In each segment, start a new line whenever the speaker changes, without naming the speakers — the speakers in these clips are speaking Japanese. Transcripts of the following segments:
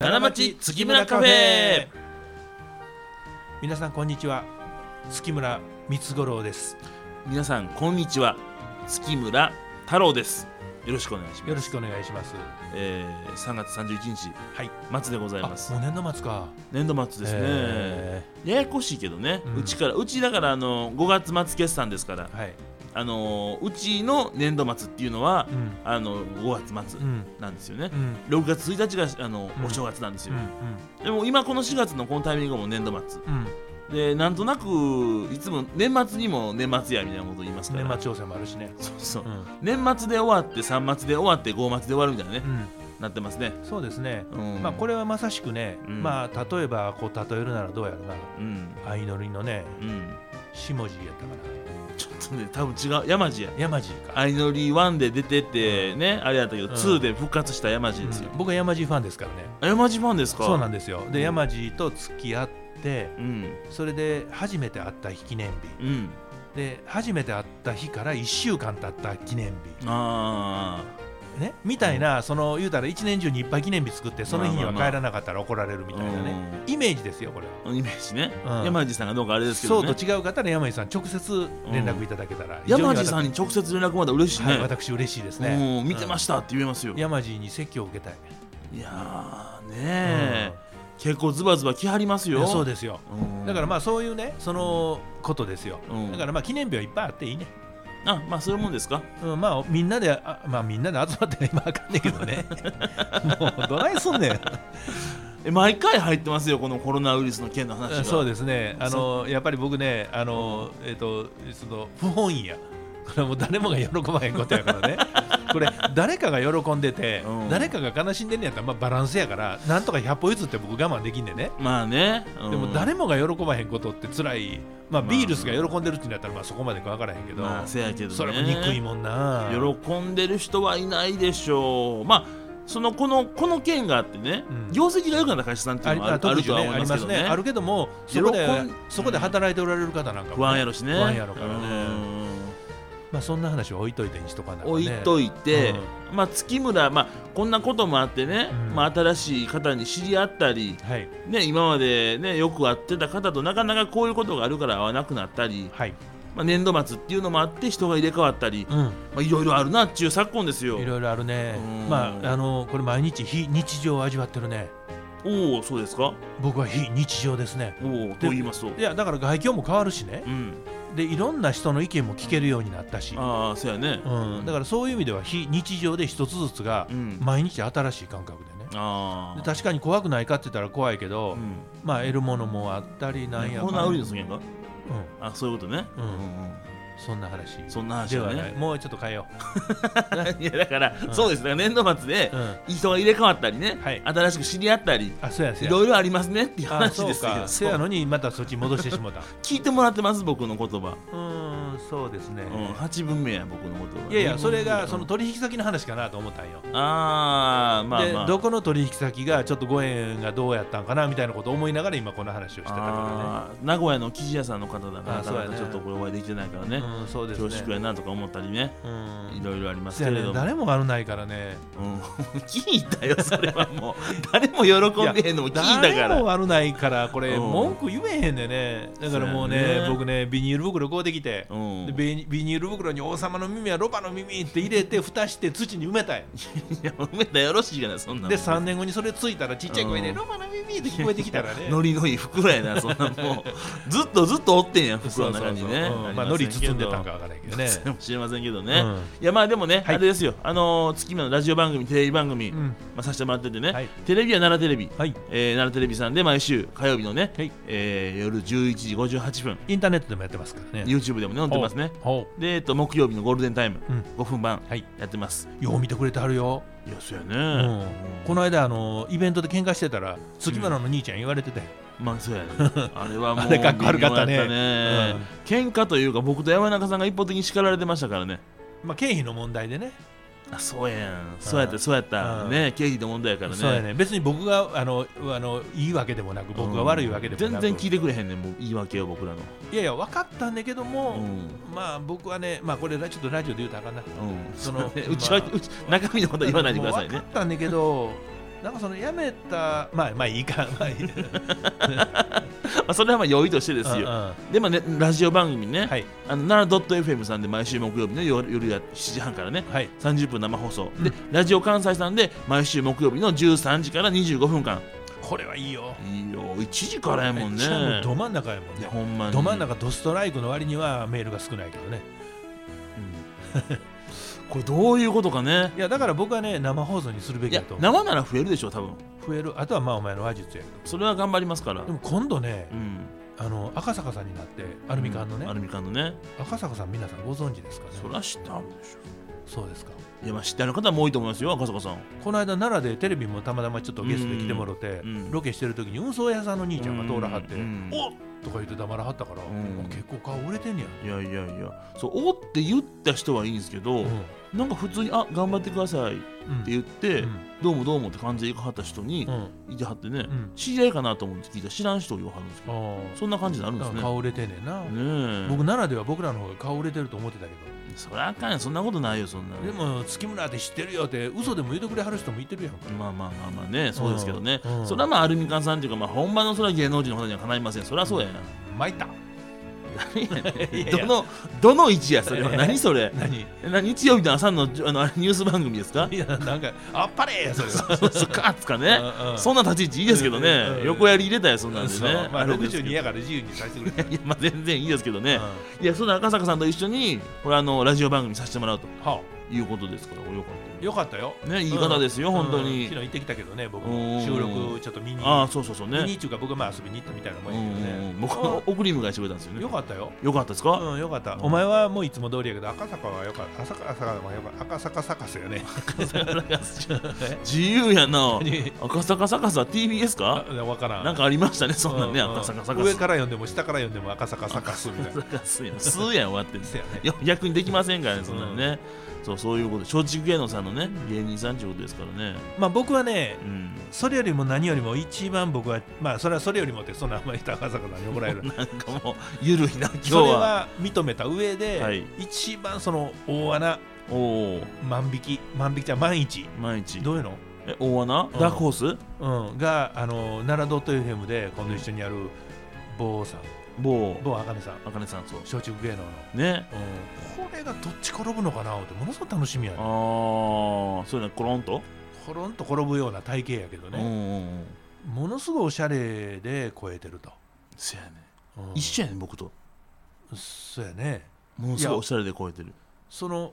奈良町月村カフェ
皆さんこんにちは月村光五郎です
皆さんこんにちは月村太郎ですよろしくお願いします
よろしくお願いします
えー、3月31日
はい
末でございます
あもう年度末か
年度末ですね、
え
ややこしいけどね、
う
うんちからうちだからあの5月末決算ですから
ーはい
あのうちの年度末っていうのは
うん
あの5月末
うん
なんですよね
う、ん
6月1日があの、
うん
お正月なんです
う
よ、
ん
でも今この4月のこのタイミングも年度末
うん
でなんとなくいつも年末にも年末やみたいなこと言いますから
年末調整もあるしね
そうそう
うん
年末で終わって3末で終わって5末で終わるみたいなね、なってますね、
うんそうですね
うん、
まあこ
れ
れはまさしくね
うん
まあ例えばこう例えるならどうやろ
うん
な相乗りのね
うん
下地やったかな
ちょっとね多分違う山路や
山地か
相乗り1で出ててね、あれやったけど、
うん
2で復活した山路ですよ
うん、僕は山地ファンですからね
あ山路ファンですか
そうなんんですよ
う
で
ん
山地と付き合って
うん
それで初めて会った記念日
うん
で初めて会った日から1週間経った記念
あ
日、ね、みたいな、その言うたら1年中にいっぱい記念日作ってその日には
まあまあまあ
帰らなかったら怒られるみ
あ
たいなね、イメージですよこれは。
うんイメージね、
うん
山路さんがどうかあれですけ
そ
ど
う
ね
と違う方で山地さん直接連絡いただけたら、非常に
山路さんに直接連絡まだ嬉しい
私,、
ね、
はい、私嬉しいですね、
うん見てましたって言えますよ、いや
山地に説教を受けたい、
ーねえ、結構ズバズバ来はります
うんい
よ
やそうですよ
うん
だからまあそういうねそのことですよ、
うん
だからまあ記念日はいっぱいあっていいね、
あまあそういうもんですか
うん、まあみんなであまあみんなで集まってね今あかんねんけどねもうどないすんねん
え毎回入ってますよこのコロナウイルスの件の話が
そう
す
ですね、あのやっぱり僕ね、あのえっ、とその不本意や、これはもう誰もが喜ばへんことやからね、これ、誰かが喜んでて、
うん
誰かが悲しんでんねやったら、まあ、バランスやから、なんとか100歩譲って僕、我慢できんでね、
まあね、うん
でも誰もが喜ばへんことって辛い、まあ、
まあ
ビールスが喜んでるってなったら、まあ、そこまでか分からへんけど、
まあせやけどね
それも憎いもんな。
喜んでる人はいないでしょうまあそのこのこの件があってね、
うん
業績が良くなった会社さんってい
あ
う
り
のはある
あ
あ
特
る
需
とは
ね
思
あ
いま
り
す
ま
け
す
ど
ね
ね
あるけどもそこで
喜ん
そこで働いておられる方なんかもね、
不安やろしね
不安やろからね
うん
まあそんな話は置いといてにしとかなあかん
置い
ね
といて、まあ月村、まあ、こんなこともあってね、
うん
まあ、新しい方に知り合ったり、
はい
ね、今まで、ね、よく会ってた方となかなかこういうことがあるから会わなくなったり、
はい
まあ、年度末っていうのもあって人が入れ替わったり、
うん
まあ、いろいろあるなっていう昨今ですよ
いろいろあるね
うん。
まああのこれ毎日非日常を味わってるね。
おおそうですか
僕は非日常ですね。
おおと言いますと
いやだから外境も変わるしね
う。ん
でいろんな人の意見も聞けるようになったし。
ああそうやね
うん。だからそういう意味では非日常で一つずつが
うん
毎日新しい感覚でね。
ああ
で確かに怖くないかって言ったら怖いけど、
うん
まあ得るものもあったりなんや
コロナウイルスの件か
うん
あそういうことね
うん
うん
そんな話
そんな話
で
は
はない
ね
もうちょっと変えよ
いやだから
うん
そうですだから年度末で
う、うん、
人が入れ替わったりね
はい
新しく知り合ったり
あそうやそ
い
うや
ろいろありますねっていう
あ
話
そ
で
う
すけど
かせやのにまたそっち戻してしもうた
聞いてもらってます僕の言葉
うーんそうですね、
うん8分目や僕の言葉
いやいや、それがその
と
取引先の話かなと思ったんよ。
ああまあまあ
で、どこの取引先がちょっとご縁がどうやったんかなみたいなことを思いながら今この話をしてたか
あー名古屋の生地屋さんの方だから
あーそうやね
なかなかちょっとこれお会いできてないから
ら
ね
ね。うん、そうです
恐縮
ね。
やなとか思ったりね
うん
いろいろあります
せ
け
や
れ
ね
ど、も、
誰も悪ないからね。
うん、 聞いたよそれはもう誰も喜んでへんのも聞いたか
誰も
ら
悪ないから、これ、
うん
文句言えへんでね。だからもう
そうや
ね
ね、
僕ね、ビニール袋買うてきて
う、ん
で
い
ビニビニール袋に王様の耳やロバの耳って入れて、蓋して土に埋めたい。
や埋めたらよろしいがなそんなん
で、3年後にそれついたら、ちっちゃい声で、
うん
ロバの耳って聞こえてきたら ね。
ノリのいい袋やなそんなん もうずっとずっとおってんやん
そ
袋
う
の
そうそ
中
う
にね
うんまあ、のり包んでたん
か
かわからないけどね。
も しれませんけど
う
ね、
ん
いやまあでもね、
はい
あれですよあのー月見のラジオ番組テレビ番組、
うん
まあ、させてもらっててね、
はい
テレビは奈良テレビ、
はい。
えー奈良テレビさんで毎週火曜日のね、
はい
えー夜11時58分
インターネットでもやってますからね。
YouTube でもね載ってますね
ほう。
で、えっと、木曜日のゴールデンタイム、
うん
5分版
はい。
やってます
よう見てくれてはるよ。
いやそうやね、
うん。この間、あの、イベントで喧嘩してたら、月村の兄ちゃん言われてて。
まあそう やねあれはもう
あれかっこ悪かったね
微妙やったね喧嘩というか僕と山中さんが一方的に叱られてましたからね
まあ、経費の問題でね。
あそうやんそうやったそうやった
うん
ね経費の問題やからね
そうやね。別に僕が、あの、あの、いいわけでもなく、僕が悪いわけでもな
全
く。
然聞いてくれへんねんもう言い訳を僕らの
いやいや、分かったんだけど
う
も、
ん
まあ、僕はね、まあ、これ、ちょっとラジオで言うたらあかんな。
うん
その
うちは
まあ
うち中身のことは言わないでください
も
ね
う分かったんだけど、なんかその辞めたまあまあいいかまあいい
まあ、それはまあ良いとしてです
うんうん
よ。
は
でもね、ラジオ番組ね、
い
あの奈良 .fm さんで毎週木曜日の夜夜や7時半からね、
はい
30分生放送、
うん
でラジオ関西さんで毎週木曜日の13時から25分間
これはいいよ
いいよ1時からやもん
め
ね
っちゃもうど真ん中やもん
いや
ね
ほんまに
ど真ん中ドストライクの割にはメールが少ないけどね
うん これどういうことかね
いやだから僕はね生放送にするべ
い
き
や
だと思う
生なら増えるでしょ多分
増えるあとはまあお前の話術やけ
それは頑張りますから
どでも今度ね
うん
あの赤坂さんになってアルミ缶のね
アルミ缶のね
赤坂さん皆さんご存知ですかね
そら知ってあるでし
そうですか
ょいやまあ知ってある方も多いと思いますよ赤坂さん
この間奈良でテレビもたまたまちょっとゲストで来てもろて
うんうん
ロケしてる時に運送屋さんの兄ちゃんが通らはって
うん
「おっ!」とか言って黙らはったから
ん
あ結構顔売れてんねや
いやいやいやそうおって言った人はいいんですけど、
う
なんか普通に「あ頑張ってください」って
ん
言って、
うん
どうもどうもって感じで行かはった人に
うんうん
いてはってね、
ん
知り合いかなと思うんです聞いたら知らん人を言わはるんですけ
あ
ど
ー
そんな感じになるんで
だ
す
から
ねね
顔売れてんねんな
え
僕奈良では僕らの方が顔売れてると思ってたけど
そりゃあかんよそんなことないよそんなの
でも月村って知ってるよって嘘でも言うてくれはる人もいてるやんか
まあまあまあまあねそうですけどね、
うん
それはまあアルミカンさんっていうか、まあ、本場のそれは芸能人の方にはかないませんそりゃそうやな、
参ったいやいや
どのどの位置やそれは何それ
何い
な日曜日の朝のあのあれニュース番組ですか
やなんかあっぱれやそれは
そっかっつかね
うんうん
そんな立ち位置いいですけどね、
うん
横やり入れたやそんなんで
そう
ね、
まあ
れですけど
62やから自由にさせてくれ
いやまあ全然いいですけどね、
うん
いやそんな赤坂さんと一緒にこれあのラジオ番組させてもらうと
は
いうことですからこれよかっ
あよかったよ
たねいい方ですよ、
うん
本当
うん
に、
昨日行ってきたけどね
う
僕
ん
も収録ちょっと見に
ああそうそうそうね
見にっていうか僕はまあ遊びに行ったみたいなも
う
んや
ん
け
う
ど
んう
ね
ん僕は送り迎えしてくれたんですよね
よかったよ
よかったですか、
うんよかった
うん
お前はもういつも通りやけど赤坂はよかった赤坂はよかった赤坂サカス よね
自由やな
何
赤坂サカスは TBS
あ
か
分からん
なんかありましたねそんなんね
うう
赤坂サカス
上から読んでも下から読んでも赤坂サカスみたい
サ
な
カスやん数やん終わってん
せやね
いや逆にできませんからねそんなんね、そうそういうこと松竹芸能さんのね芸人さんっていうことですからね
まあ僕はね
うん
それよりも何よりも一番僕はまあそれはそれよりもってそんなあんまり言ったら赤坂さんに怒られ る
なんかもうゆるいな今日
それ
は
は認めた上で、
はい
一番その大穴
おおー
万引き万引きじゃ万一
毎日
どういうの、
え大穴、
うん
ダークホース
うん、があの奈良ドット FM で今度一緒にやる坊さん
某
坊あかねさん
あかねさんそう
松竹芸能の、
ね
うん、これがどっち転ぶのかなってものすごく楽しみや
ああ
ね
ーそういうのコロンと、
コロンと転ぶような体型やけど
うん
ね、
うんうん
ものすごいおしゃれで超えてると、
そやね
うん
一緒やね僕と
そうやね
もうすごいおしゃれで超えてる
その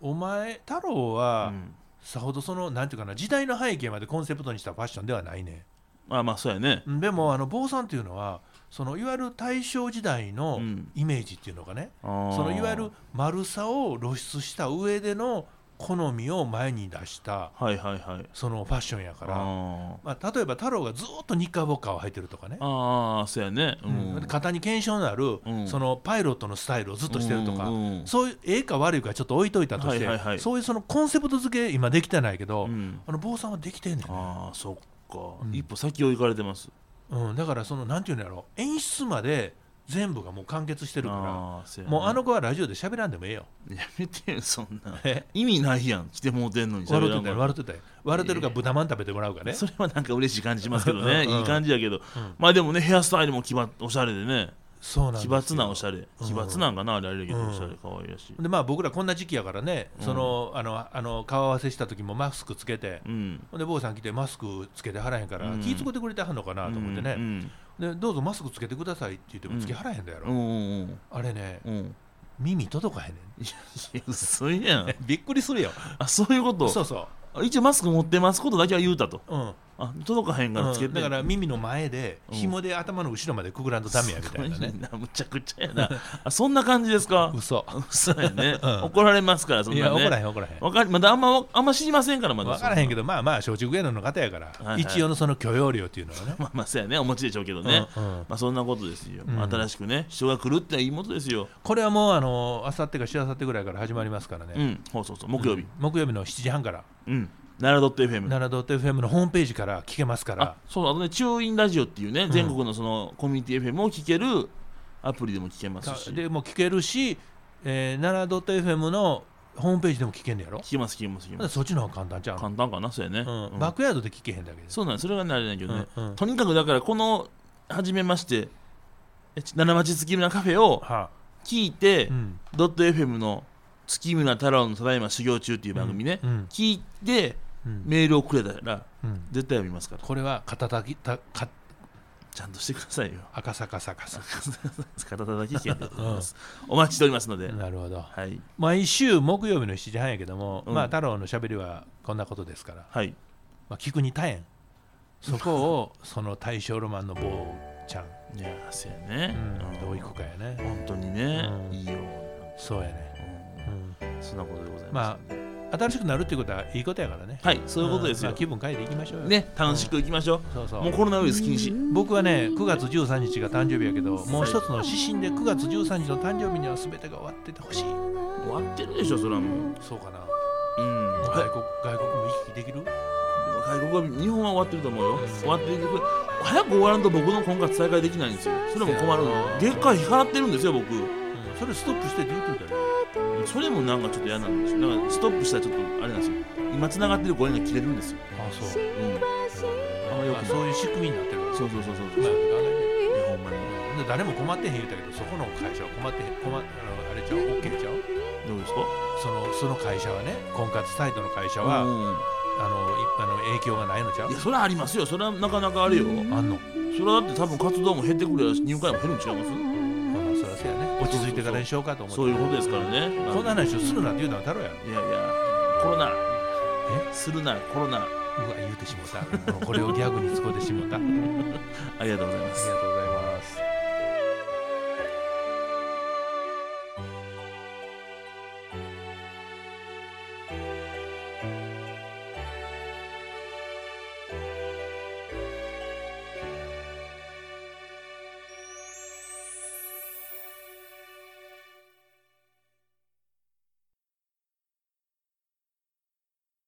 お前太郎は、
うん
さほどそのなんていうかな時代の背景までコンセプトにしたファッションではないね
まあまあそうやね
うんでもあの坊さんっていうのはそのいわゆる大正時代の
うん
イメージっていうのがね、
その
そのいわゆる丸さを露出した上での好みを前に出した
はいはいはい
そのファッションやから
あ
まあ、例えば太郎がずっとニッカボッカーを履いてるとかね
ー、あーそうやねう
うん肩に検証のある、
うん
そのパイロットのスタイルをずっとしてるとか、
うんうん
そういうええか悪いかちょっと置いといたとして、
はいはいはい
そういうそのコンセプト付け今できてないけど、
うん
あの坊さんはできてんねん、
ああそっか、
うん
一歩先を行かれてます
うん、だからそのなんていうんやろ演出まで全部がもう完結してるか
あーそ
ら
やね
もうあの子はラジオで喋らんでもええ よ
やめてよそんな
え
意味ないやん来てもうてんのに
笑って
喋
た
ら
よ
ん
笑ってたよ笑ってるか
ええ
豚まん食べてもらうかね、
それはなんか嬉しい感じしますけどね
うんうん
いい感じやけど、
ん
まあでもねヘアスタイルも奇抜おしゃれでね
そうなんです
奇
よ
抜なおしゃれ
ん
奇抜なんかなあれあれやけど、
うん
おしゃれ可愛らしい
でまあ僕らこんな時期やからねその、あのあの顔合わせした時もマスクつけて、
うん
ほんで坊さん来てマスクつけてはらへんから、
うん
気ぃ使ってくれてはんのかなと思ってね、
うん
でどうぞマスクつけてくださいって言って
うん
もつけはらへんだやろ、
うんうん
あれね
うんうん
耳届かへんね
いやいや薄いやん
んびっくりするよ
あそういうこと
そうそ
あ一応マスク持ってますことだけは言うたと
ううん、
あ届かへんからつけて、
うんだから耳の前で
うん
紐で頭の後ろまでくぐらんとダメやみたいなね
すごなむちゃくちゃやなあそんな感じですか
嘘
そうやね、
うん
怒られますからそん
い
な
や
ね
怒らへん怒らへん
わかりまだあんまあんま知りませんからまだ
分からへんけ
ど
どまあまあ松竹芸能の方やから、
いはい
一応のその許容量っていうのはね
まあまあそうやねお持ちでしょうけどね、
うんうん
まあそんなことですよ、
うん
新しくね人が来るっていいものですよ
これはもうあの明後日かしあさってぐらいから始まりますからね、
うんそうそうそう木曜日
木曜日の7時半から
うん奈良 .fm
奈良ドット FM のホームページから聞けますか
あ
ら
そうあとね中院ラジオっていうね
ん
全国のそのコミュニティ FM を聴けるアプリでも聴けますし
でも聞けるし、えー奈良ドット FM のホームページでも聞けんねやろ
聞きます聞きます聞き
だから
ます
そっちの方が簡単じゃん、
簡単かなそうやね、
うん
うん
バックヤードで聞けへんだけです
そうなんそれがねあれだけどね、
うんうん
とにかくだからこの初めましてえち七町月村カフェを
はあ
聞いて、
うん
ドット FM の月村太郎のただいま修行中っていう番組ね、
うん
聞いて
うん
メールをくれたら
うん
絶対読みますから
これは肩たきたか
ちゃんとしてくだ さいよ
赤坂坂さ
肩叩きしてでございます、お待ちしておりますので、
んなるほど
はい
毎週木曜日の7時半やけども、
うん
まあ太郎のしゃべりはこんなことですから、
はい
まあ、聞くに耐えんそこを その大正ロマンの坊ちゃん、
いやーそうやね、
うんどういくかやね
本当にね、
うん
いいよ、
そうやね、うん
うんそんなことでござい
ま
ます、
あ新しくなるっていうことはいいことやからね
はいそういうことです
ん
よ、
まあ気分変えていきましょうよ
ね楽しくいきましょう、
そうそう
もうコロナウイルス禁止
僕はね9月13日が誕生日やけどもう一つの指針で9月13日の誕生日には全てが終わっててほしい
終わってるでしょそれはもううん
そうかな
外
外国外国も行き来できる
国は日本は終わってると思うよ終わってるこれ早く終わらんと僕の婚活再開できないんですよそれも困るの月間引かってるんですよ僕
うんそれストップしてって言うといたらいい
それもなんかちょっと嫌なんですよだからストップしたらちょっとあれなんですよ今繋がってるご縁が切れるんですよ
あそう
うんあんまよ
まあ
くない
そういう仕組みになってるわけ
そうそうそうそう
ま
そう
あ考え
いやほんまに
てるで誰も困ってへん言うたけどそこの会社は困ってへん困っあのあれちゃう OK ちゃう
どうですか
そのその会社はね婚活サイトの会社は、
う
あのいあの影響がないのちゃうん
いやそれはありますよそれはなかなかあるよ
あんの
それはだって多分活動も減ってくるやし入会も減るん違いま
まあまあそりゃそうやね落ち着いてからにしようかと思
す
って
そういうことですからね
こんな話をするなんて言うのは太郎やろ
いやいや、コロナ。するな、コロナ。
うわ言うてしもうたもうこれをギャグに使うてしもうたあり
ありがとうございます
が。とうございます